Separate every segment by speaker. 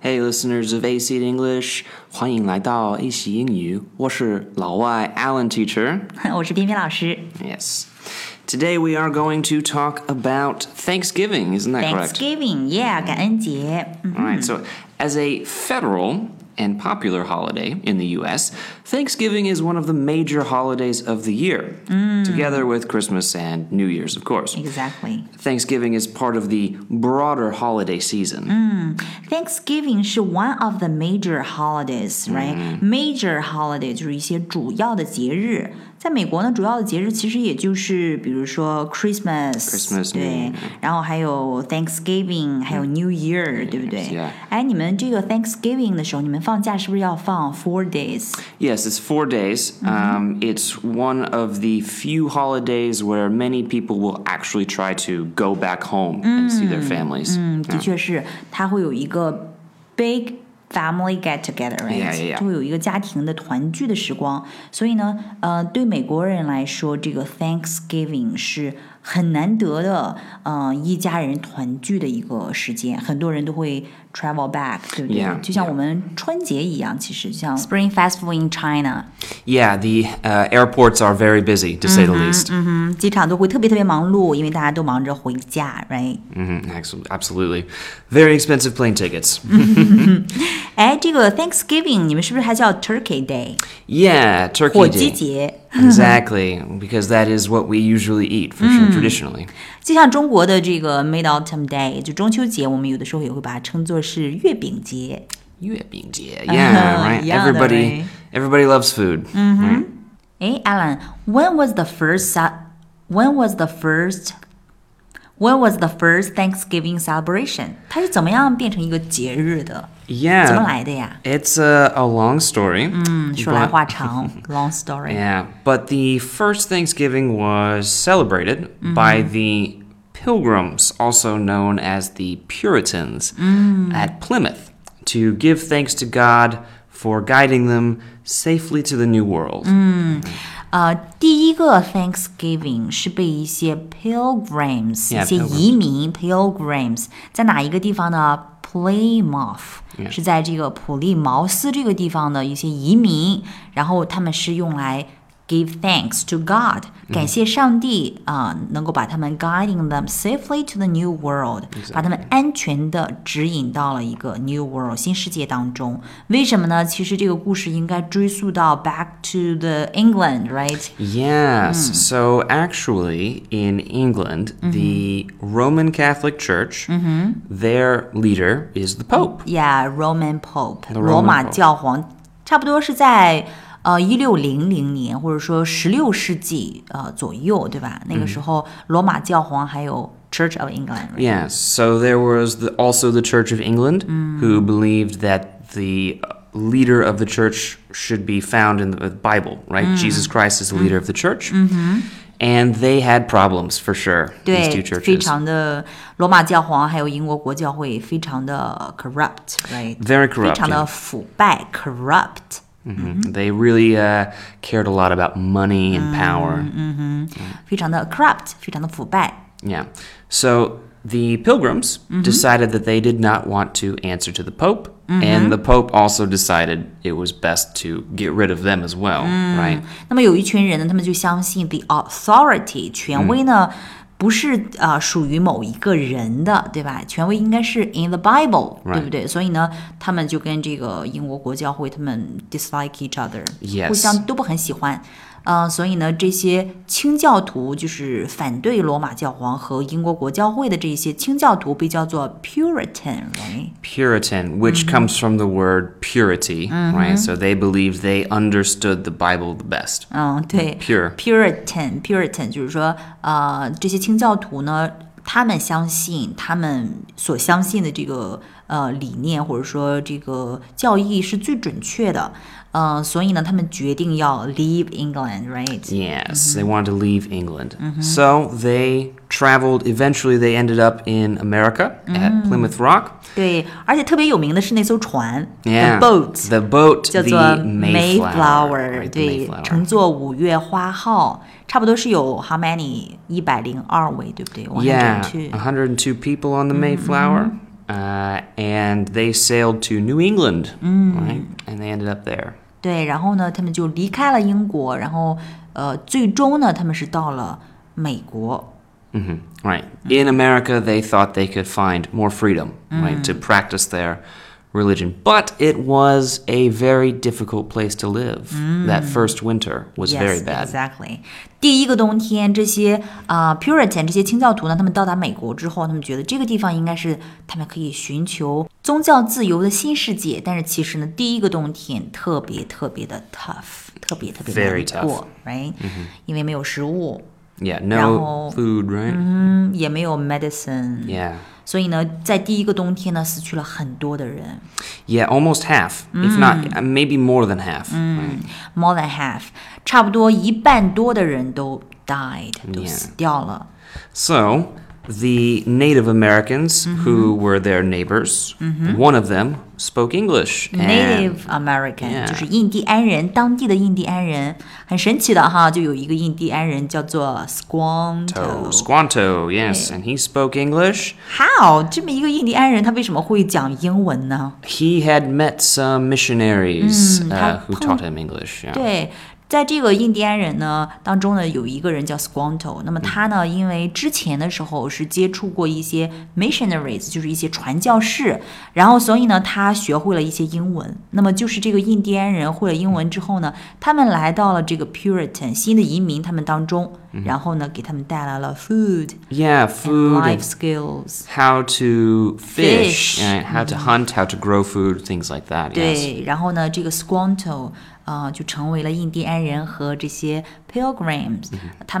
Speaker 1: Hey, listeners of AC English，欢迎来到 AC 英语，我是老外 Alan Teacher。
Speaker 2: 我是边边老师。
Speaker 1: Yes. Today we are going to talk about Thanksgiving, isn't that correct? Mm-hmm
Speaker 2: Thanksgiving, yeah，感恩节。嗯
Speaker 1: All right. So, as a federal and popular holiday in the US, Thanksgiving is one of the major holidays of the year, together with Christmas and New Year's, of course.
Speaker 2: Exactly.
Speaker 1: Thanksgiving is part of the broader holiday season.
Speaker 2: Thanksgiving 是 one of the major holidays,
Speaker 1: Mm-hmm
Speaker 2: right?、Major holiday 就是一些主要的节日。在美国呢，主要的节日其实也就是比如说 Christmas,
Speaker 1: Christmas，mm-hmm
Speaker 2: 对
Speaker 1: New Year，
Speaker 2: 然后还有 Thanksgiving，还有 New Year，、对不对
Speaker 1: yeah
Speaker 2: 哎，你们这个 Thanksgiving 的时候，你们放假是不是要放 four days？
Speaker 1: Yes, it's four days. Um, it's one of the few holidays where many people will actually try to go back home and see their families.
Speaker 2: 嗯，的确是，它会有一个 big family get together，、right?
Speaker 1: Yeah, yeah, yeah.
Speaker 2: 就会有一个家庭的团聚的时光。所以呢，呃，对美国人来说，这个 Thanksgiving 是很难得的，呃，一家人团聚的一个时间。很多人都会 travel back，对不对
Speaker 1: Yeah,
Speaker 2: 就像我们春节一样，其实就像 Spring Festival in China，
Speaker 1: Yeah, the uh, airports are very busy, to say the least.
Speaker 2: 嗯，机场都会特别特别忙碌，因为大家都忙着回家，right？
Speaker 1: Mhm, Absolutely, absolutely. Very expensive plane tickets.
Speaker 2: 哎，这个 Thanksgiving 你们是不是还叫 Turkey Day？
Speaker 1: Yeah,
Speaker 2: 火
Speaker 1: turkey
Speaker 2: 鸡
Speaker 1: day.
Speaker 2: 节。
Speaker 1: exactly, because that is what we usually eat for
Speaker 2: Mm.
Speaker 1: sure traditionally.
Speaker 2: 就像中国的这个 Mid Autumn Day，就中秋节，我们有的时候也会把它称作是月饼节。
Speaker 1: 月饼节,
Speaker 2: Uh-huh,
Speaker 1: yeah, right.
Speaker 2: yeah, Mm-hmm.
Speaker 1: everybody,
Speaker 2: right.
Speaker 1: everybody loves food.
Speaker 2: 哎，Alan，when was the first ce- when was the first when was the first Thanksgiving celebration？它是怎么样变成一个节日的？怎么
Speaker 1: Yeah,
Speaker 2: 来的呀？
Speaker 1: it's a, a long story.
Speaker 2: 嗯，说来话 长 ，long story。
Speaker 1: Yeah, but the first Thanksgiving was celebrated by the Pilgrims, also known as the Puritans, at Plymouth to give thanks to God for guiding them safely to the New World.
Speaker 2: 呃，第一个 Thanksgiving 是被一些 pilgrims，、
Speaker 1: Yeah,
Speaker 2: 一些移民 pilgrims 在哪一个地方呢？Plymouth 是在这个普利茅斯这个地方的一些移民，然后他们是用来 give thanks to God，感谢上帝啊、能够把他们 guiding them safely to the new world，把他们安全的指引到了一个 new world 新世界当中。为什么呢？其实这个故事应该追溯到 back to the England，right？
Speaker 1: Yes. So actually, in England, the Roman Catholic Church, their leader is the Pope.
Speaker 2: Yeah, Roman Pope，
Speaker 1: The
Speaker 2: 罗
Speaker 1: Roman
Speaker 2: 马
Speaker 1: Pope
Speaker 2: 教皇，差不多是在呃一六零零年，或者说十六世纪呃左右，对吧？那个时候
Speaker 1: 嗯
Speaker 2: 罗马教皇还有 Church of England，right？
Speaker 1: Yes. So there was the, also the Church of England, who believed that the uh, leader of the church should be found in the uh, Bible, right? Jesus Christ is the leader of the church. And they had problems for sure, these
Speaker 2: 对
Speaker 1: two，
Speaker 2: 非
Speaker 1: churches.
Speaker 2: 常的罗马教皇还有英国国教会非常的 corrupt，right？
Speaker 1: Very
Speaker 2: 非
Speaker 1: corrupt.
Speaker 2: 常的腐败 corrupt。
Speaker 1: Mhm. They really uh, cared a lot about money and power.
Speaker 2: 非常的 corrupt，非常的腐败。
Speaker 1: Yeah. So the pilgrims decided that they did not want to answer to the Pope. And the Pope also decided it was best to get rid of them as well, right?
Speaker 2: 那么有一群人呢，他们就相信 the authority 权威呢，不是啊、呃属于某一个人的，对吧？权威应该是 in the Bible，、
Speaker 1: Right.
Speaker 2: 对不对？所以呢，他们就跟这个英国国教会他们 dislike each other，、
Speaker 1: Yes.
Speaker 2: 互相都不很喜欢。呃，所以呢，这些清教徒就是反对罗马教皇和英国国教会的这些清教徒，被叫做 Puritan，right？
Speaker 1: Puritan, which
Speaker 2: Mm-hmm.
Speaker 1: comes from the word purity, right? So they believed they understood the Bible the best.
Speaker 2: 嗯，对
Speaker 1: Pure.
Speaker 2: Puritan Puritan 就是说，呃，这些清教徒呢，他们相信他们所相信的这个呃理念或者说这个教义是最准确的，呃，所以呢，他们决定要 leave England，right？
Speaker 1: Yes,
Speaker 2: Mm-hmm.
Speaker 1: they wanted to leave England. So they traveled, eventually, they ended up in America
Speaker 2: Mm.
Speaker 1: at Plymouth Rock.
Speaker 2: 对，而且特别有名的是那艘船
Speaker 1: Yeah.
Speaker 2: The boat。
Speaker 1: The boat,
Speaker 2: 叫
Speaker 1: the
Speaker 2: 做
Speaker 1: Mayflower. right, the
Speaker 2: 对，
Speaker 1: Mayflower.
Speaker 2: 乘坐五月花号，差不多是有 how many 一百零二位，对不对？102 Mm-hmm.
Speaker 1: Yeah, 102 people on the Mayflower. Uh, and they sailed to New England,
Speaker 2: Mm.
Speaker 1: right? And they ended up there.
Speaker 2: 对，然后呢，他们就离开了英国，然后呃，最终呢，他们是到了美国。
Speaker 1: hmm Right. In America, they thought they could find more freedom, right,
Speaker 2: Mm.
Speaker 1: to practice their religion. But it was a very difficult place to live. That first winter was very
Speaker 2: Mm. Yes,
Speaker 1: bad.
Speaker 2: exactly. 第一个冬天，这些啊、呃 Puritan 这些清教徒呢，他们到达美国之后，他们觉得这个地方应该是他们可以寻求宗教自由的新世界。但是其实呢，第一个冬天特别特别的 tough，特别特别
Speaker 1: Very Mm-hmm.
Speaker 2: 难过，right？、因为没有食物，
Speaker 1: Yeah, no
Speaker 2: Now-
Speaker 1: food, right?
Speaker 2: 嗯，也没有 medicine，、
Speaker 1: Yeah.
Speaker 2: 所以呢，在第一个冬天呢，死去了很多的人。
Speaker 1: Yeah, almost half, if
Speaker 2: Mm.
Speaker 1: not uh, maybe more than half. right?
Speaker 2: more than half，差不多一半多的人都 died，都
Speaker 1: Yeah.
Speaker 2: 死掉了。
Speaker 1: So the Native Americans
Speaker 2: Mm-hmm.
Speaker 1: who were their neighbors, one of them spoke English. and-
Speaker 2: Native American、
Speaker 1: Yeah.
Speaker 2: 就是印第安人，当地的印第安人，很神奇的哈，就有一个印第安人叫做
Speaker 1: Oh,
Speaker 2: Squanto。
Speaker 1: Squanto, yes, and he spoke English.
Speaker 2: How 这么一个印第安人，他为什么会讲英文呢？
Speaker 1: He had met some missionaries uh,
Speaker 2: 他
Speaker 1: who
Speaker 2: 碰-
Speaker 1: taught him English. Yeah.
Speaker 2: 对，在这个印第安人呢当中呢，有一个人叫 Squanto。那么
Speaker 1: 嗯
Speaker 2: 他呢，因为之前的时候是接触过一些 missionaries，就是一些传教士，然后所以呢，他学会了一些英文。那么就是这个印第安人会了英文之后呢，他们来到了这个 Puritan 新的移民他们当中，然后呢，给他们带来了 food
Speaker 1: Yeah, 嗯 food,
Speaker 2: life
Speaker 1: and
Speaker 2: skills。
Speaker 1: how to fish,
Speaker 2: Fish.
Speaker 1: and how to hunt, how to grow food, things like that. Yes.
Speaker 2: 对，然后呢，这个 Squanto 啊、就成为了印第安人和这些 Pilgrims、他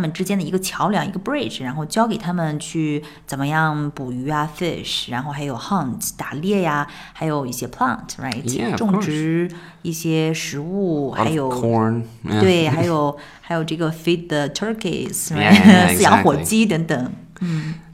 Speaker 1: 嗯
Speaker 2: 们之间的一个桥梁，一个 bridge，然后教给他们去怎么样捕鱼啊，fish，然后还有 hunt 打猎呀、还有一些 plant，right、
Speaker 1: Yeah, of
Speaker 2: 种植一些食物，
Speaker 1: A
Speaker 2: 还
Speaker 1: lot
Speaker 2: 有
Speaker 1: of corn. yeah.
Speaker 2: 对，还有还有这个 feed the turkeys，、
Speaker 1: Yeah, yeah,
Speaker 2: 饲养火
Speaker 1: exactly.
Speaker 2: 鸡等等。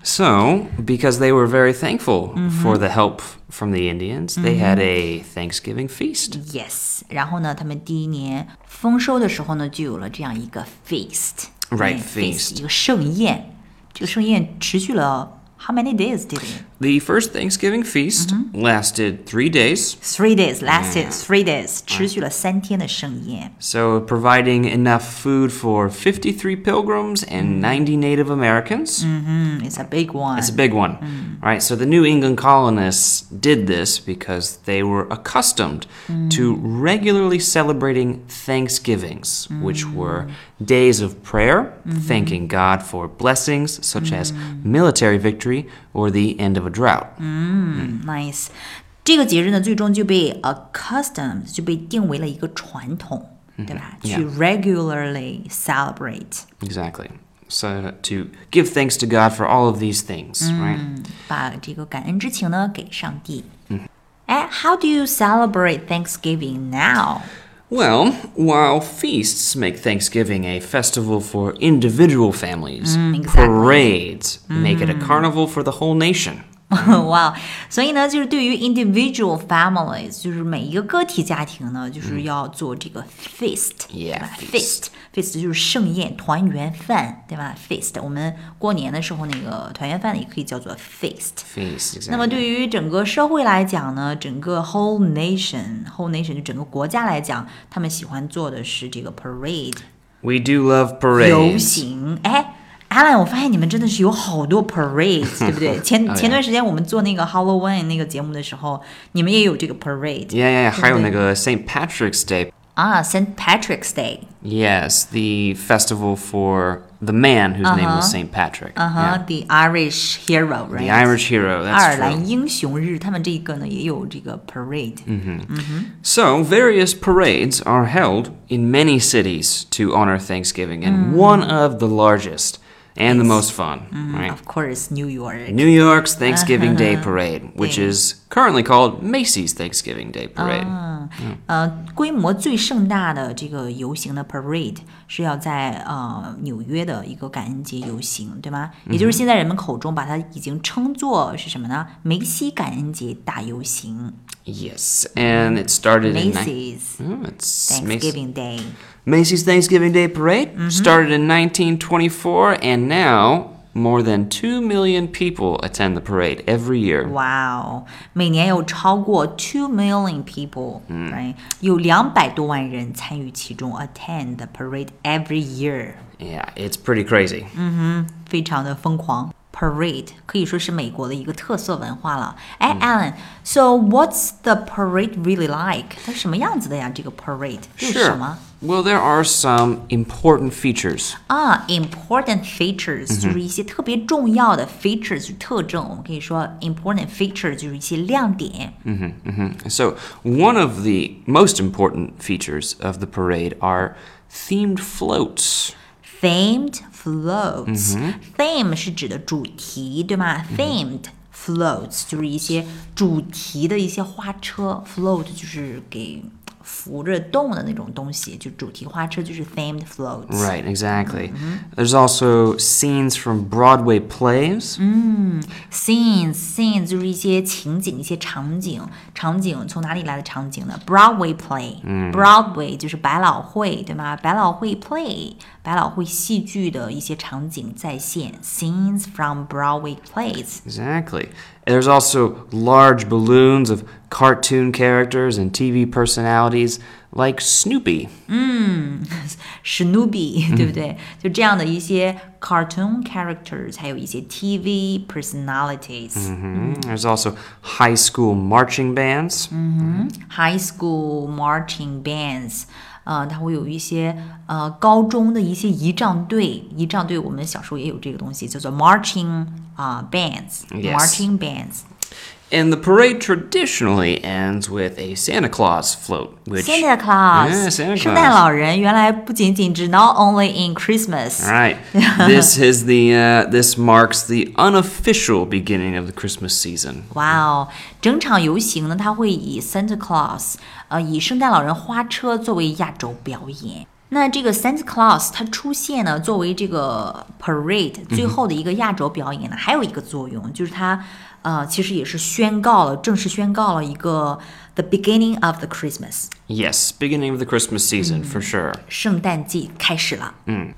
Speaker 1: So, because they were very thankful for the help from the Indians, they had a Thanksgiving feast.
Speaker 2: Yes，然后呢，他们第一年丰收的时候呢，就有了这样一个 feast，
Speaker 1: Right,
Speaker 2: 嗯
Speaker 1: feast
Speaker 2: 一个盛宴。这个盛宴持续了 how many days did it?
Speaker 1: The first Thanksgiving feast lasted three days,
Speaker 2: Three days lasted three days，持续了三天的盛宴。
Speaker 1: so providing enough food for 53 pilgrims and 90 Native Americans.
Speaker 2: 嗯，It's a big one。
Speaker 1: It's a big one, right? So the New England colonists did this because they were accustomed to regularly celebrating Thanksgivings, which were days of prayer, thanking God for blessings such as military victory or the end of a drought.
Speaker 2: 嗯 nice。这个节日呢，最终就被 accustomed 就被定为了一个传统，对吧？？Mm-hmm 去 regularly celebrate，
Speaker 1: Exactly. So to give thanks to God for all of these things, right?
Speaker 2: 把这个感恩之情呢给上帝。哎，How do you celebrate Thanksgiving now？
Speaker 1: Well, while feasts make Thanksgiving a festival for individual families,
Speaker 2: exactly.
Speaker 1: parades make it a carnival for the whole nation.
Speaker 2: 哇，所以呢，就是对于 individual families，就是每一个个体家庭呢，就是要做这个 feast，对
Speaker 1: Yeah，
Speaker 2: 吧
Speaker 1: feast
Speaker 2: ？feast，feast 就是盛宴、团圆饭，对吧？feast，我们过年的时候那个团圆饭也可以叫做 feast。
Speaker 1: Feast,
Speaker 2: 那么
Speaker 1: exactly.
Speaker 2: 对于整个社会来讲呢，整个 whole nation，whole nation 就整个国家来讲，他们喜欢做的是这个 parade
Speaker 1: We do love
Speaker 2: 游
Speaker 1: parades.
Speaker 2: 行，哎。Alan，我发现你们真的是有好多 parades，对不对？前
Speaker 1: yeah
Speaker 2: 前段时间我们做那个 Halloween 那个节目的时候，你们也有这个 parade。
Speaker 1: Yeah, yeah, yeah.
Speaker 2: 对不对？
Speaker 1: 还有那个 St. Patrick's Day.
Speaker 2: 啊，Saint Patrick's Day，
Speaker 1: Yes, the festival for the man whose name was St. Patrick.
Speaker 2: 啊哈
Speaker 1: Yeah.
Speaker 2: ，The Irish
Speaker 1: The
Speaker 2: Hero，right？
Speaker 1: Irish hero,
Speaker 2: 爱尔
Speaker 1: that's
Speaker 2: 兰
Speaker 1: true.
Speaker 2: 英雄日，他们这个呢也有这个 parade。
Speaker 1: 嗯 So, various parades are held in many cities to honor Thanksgiving, and one of the largest and the most fun, right?
Speaker 2: Of course, New York。
Speaker 1: New York's Thanksgiving Day Parade, which
Speaker 2: Yeah.
Speaker 1: is currently called Macy's Thanksgiving Day Parade.
Speaker 2: 呃，规模最盛大的这个游行的 parade 是要在呃纽约的一个感恩节游行，对吗？
Speaker 1: 嗯
Speaker 2: 也就是现在人们口中把它已经称作是什么呢？梅西感恩节大游行
Speaker 1: Yes, and it started in. ni-
Speaker 2: ，Macy's
Speaker 1: Oh, it's Macy's-
Speaker 2: Thanksgiving Mm-hmm. Day。
Speaker 1: Macy's Thanksgiving Day Parade started in 1924, and now more than 2 million people attend the parade every year.
Speaker 2: Wow，每年有超过 two million people，嗯，right? 有两百多万人参与其中，attend the parade every year，
Speaker 1: Yeah, it's pretty crazy.
Speaker 2: Mm-hmm. 非常的疯狂。Parade 可以说是美国的一个特色文化了。哎、a l a n s o what's the parade really like？它是什么样子的呀？这个 parade 又是什么
Speaker 1: Well, there are some important features.
Speaker 2: 啊？Important features、就是一些特别重要的 features 特征，我们可以说 important feature 就是一些亮点。
Speaker 1: So, one of the most important features of the parade are themed floats.
Speaker 2: Themed floats. Theme 是指的主题，对吗？Themed floats 就是一些主题的一些花车，float 就是给扶着动的那种东西，就主题花车就是 themed floats。
Speaker 1: Right, exactly.
Speaker 2: Mm-hmm.
Speaker 1: There's also scenes from Broadway plays.
Speaker 2: Scenes, scenes 就是一些情景、一些场景。场景从哪里来的场景呢？Broadway play。Broadway 就是百老汇，对吗？百老汇 play，百老汇戏剧的一些场景再现。Scenes from Broadway plays。
Speaker 1: Exactly. And there's also large balloons of cartoon characters and TV personalities like Snoopy. 嗯
Speaker 2: Snoopy，对不对？就这样的一些 cartoon characters，还有一些 TV personalities、
Speaker 1: 嗯 Mm-hmm. There's also high school marching bands.
Speaker 2: high school marching bands，呃，它会有一些呃高中的一些仪仗队，仪仗队我们小时候也有这个东西，叫做 marching 啊、
Speaker 1: Yes
Speaker 2: bands，marching bands。
Speaker 1: And the parade traditionally ends with a Santa Claus float, which
Speaker 2: Santa Claus，、
Speaker 1: Yeah, Santa Claus
Speaker 2: 圣诞老人原来不仅仅只 not only in Christmas，
Speaker 1: all right, this is the uh, this marks the unofficial beginning of the Christmas season.
Speaker 2: 哇哦，整场游行呢，它会以 Santa Claus，呃，以圣诞老人花车作为压轴表演。那这个 Santa Claus 它出现呢，作为这个 parade 最后的一个压轴表演呢，还有一个作用就是它，呃，其实也是宣告了，正式宣告了一个 the beginning of the Christmas，
Speaker 1: Yes, beginning of the Christmas season
Speaker 2: Mm-hmm.
Speaker 1: for sure.
Speaker 2: 圣诞季开始了。嗯。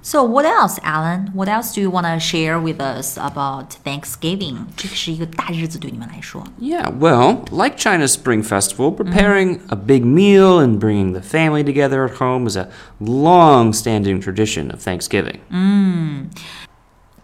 Speaker 2: So what else, Alan? What else do you want to share with us about Thanksgiving? 这个是一个大日子对你们来说。
Speaker 1: Yeah, well, like China's Spring Festival, preparing a big meal and bringing the family together at home is a long-standing tradition of Thanksgiving.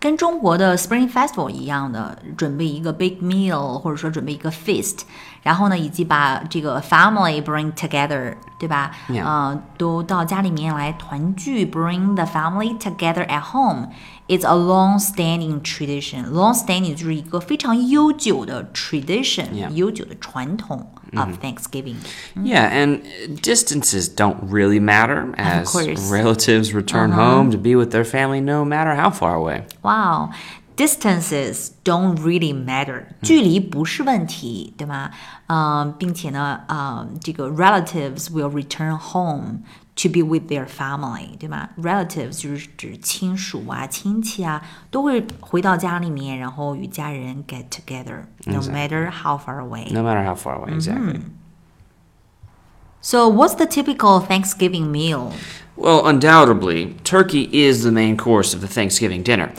Speaker 2: 跟中国的 Spring Festival 一样的，准备一个 big meal，或者说准备一个 feast，然后呢，以及把这个 family bring together，对吧？嗯
Speaker 1: Yeah.
Speaker 2: 都到家里面来团聚，bring the family together at home。It's a long-standing tradition. Long-standing 就是一个非常悠久的 tradition，、
Speaker 1: Yeah.
Speaker 2: 悠久的传统 of Thanksgiving。
Speaker 1: Yeah, and uh, distances don't really matter as
Speaker 2: course.
Speaker 1: relatives return home to be with their family no matter how far away.
Speaker 2: Wow, distances don't really matter，、距离不是问题，对吗？嗯、并且呢，呃，这个 relatives will return home to be with their family，对吗？relatives 就是指亲属啊、亲戚啊，都会回到家里面，然后与家人 get together，no matter how far away。
Speaker 1: No matter how far away, exactly.
Speaker 2: So what's the typical Thanksgiving meal？
Speaker 1: Well, undoubtedly, turkey is the main course of the Thanksgiving dinner.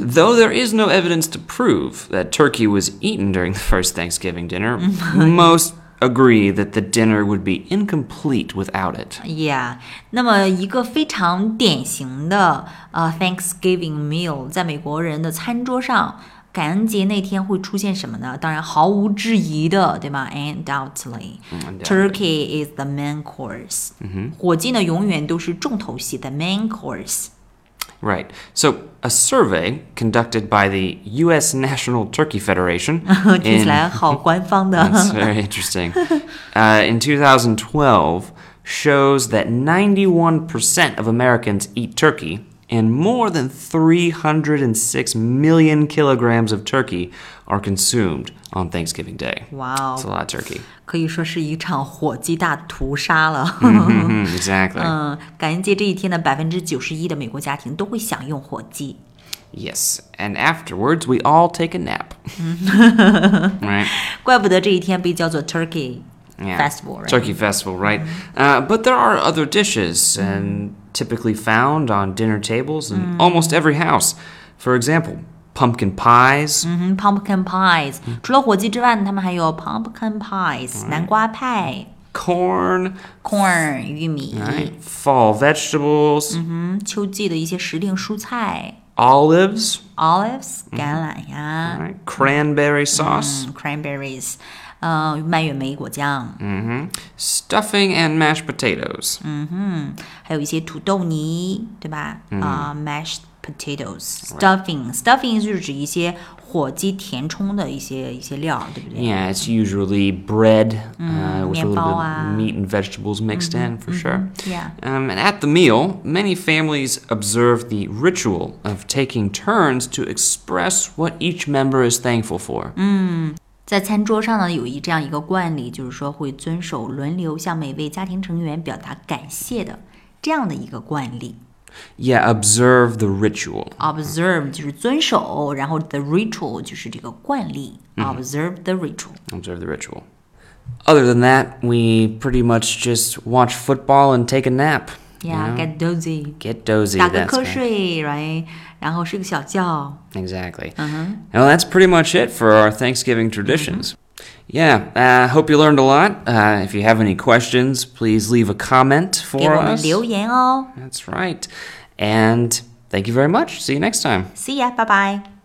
Speaker 1: Though there is no evidence to prove that turkey was eaten during the first Thanksgiving dinner, most agree that the dinner would be incomplete without it.
Speaker 2: Yeah，那么一个非常典型的呃 Thanksgiving meal，在美国人的餐桌上，感恩节那天会出现什么呢？当然毫无质疑的，对吗
Speaker 1: 嗯
Speaker 2: ？Undoubtedly，turkey is the main course。火鸡呢，永远都是重头戏，the main course。
Speaker 1: Right. So, a survey conducted by the U.S. National Turkey Federation.
Speaker 2: 听起
Speaker 1: in-
Speaker 2: 来好官 方
Speaker 1: That's
Speaker 2: 的。
Speaker 1: very interesting. Uh, in 2012, shows that 91% of Americans eat turkey, and more than 306 million kilograms of turkey are consumed on Thanksgiving Day.
Speaker 2: 哇哦
Speaker 1: That's a lot of turkey.
Speaker 2: 可以说是一场火鸡大屠杀了。
Speaker 1: Mhm, exactly.
Speaker 2: 嗯， 感恩节这一天呢，百分之九十一的美国家庭都会享用火鸡。
Speaker 1: yes. And afterwards, we all take a nap. right?
Speaker 2: 怪不得这一天被叫做 Turkey
Speaker 1: Yeah.
Speaker 2: Festival，right? Mm-hmm.
Speaker 1: Turkey festival, right? Uh, but there are other
Speaker 2: Mm.
Speaker 1: dishes and typically found on dinner tables in almost every house. For example, pumpkin pies,
Speaker 2: 嗯，pumpkin pies，除了火鸡之外呢，他们还有 pumpkin pies，南瓜派
Speaker 1: corn,
Speaker 2: ，corn 玉米，
Speaker 1: right? fall vegetables,
Speaker 2: 嗯，秋季的一些时令蔬菜
Speaker 1: olives,
Speaker 2: ，olives 橄榄呀
Speaker 1: right? cranberry sauce,
Speaker 2: 嗯，cranberries，呃，蔓越莓果酱，
Speaker 1: stuffing, and mashed potatoes.
Speaker 2: 还有一些土豆泥，对吧？啊、m a s h e d potatoes stuffing stuffing 就是指一些火鸡填充的一些一些料，对不对
Speaker 1: Yeah, it's usually bread uh, with a little bit of
Speaker 2: 面包啊。
Speaker 1: meat and vegetables mixed in, for sure.
Speaker 2: Yeah.
Speaker 1: Um, and at the meal, many families observe the ritual of taking turns to express what each member is thankful for.
Speaker 2: 在餐桌上呢，有一这样一个惯例，就是说会遵守轮流向每位家庭成员表达感谢的这样的一个惯例。
Speaker 1: Yeah, observe the ritual.
Speaker 2: Observe 就是遵守，然后 the ritual 就是这个惯例。Observe the ritual。
Speaker 1: Observe the ritual. Other than that, we pretty much just watch football and take a nap. you
Speaker 2: Yeah,
Speaker 1: know?
Speaker 2: get dozy，
Speaker 1: Get dozy.
Speaker 2: 打个
Speaker 1: That's
Speaker 2: 瞌
Speaker 1: right.
Speaker 2: 睡，right，然后睡个小觉。
Speaker 1: Exactly. Well, that's pretty much it for our Thanksgiving traditions. Yeah, I uh, hope you learned a lot. Uh, if you have any questions, please leave a comment
Speaker 2: 给
Speaker 1: for
Speaker 2: 我们
Speaker 1: us.
Speaker 2: 留言哦。
Speaker 1: That's right. And thank you very much. See you next time.
Speaker 2: See ya，拜拜。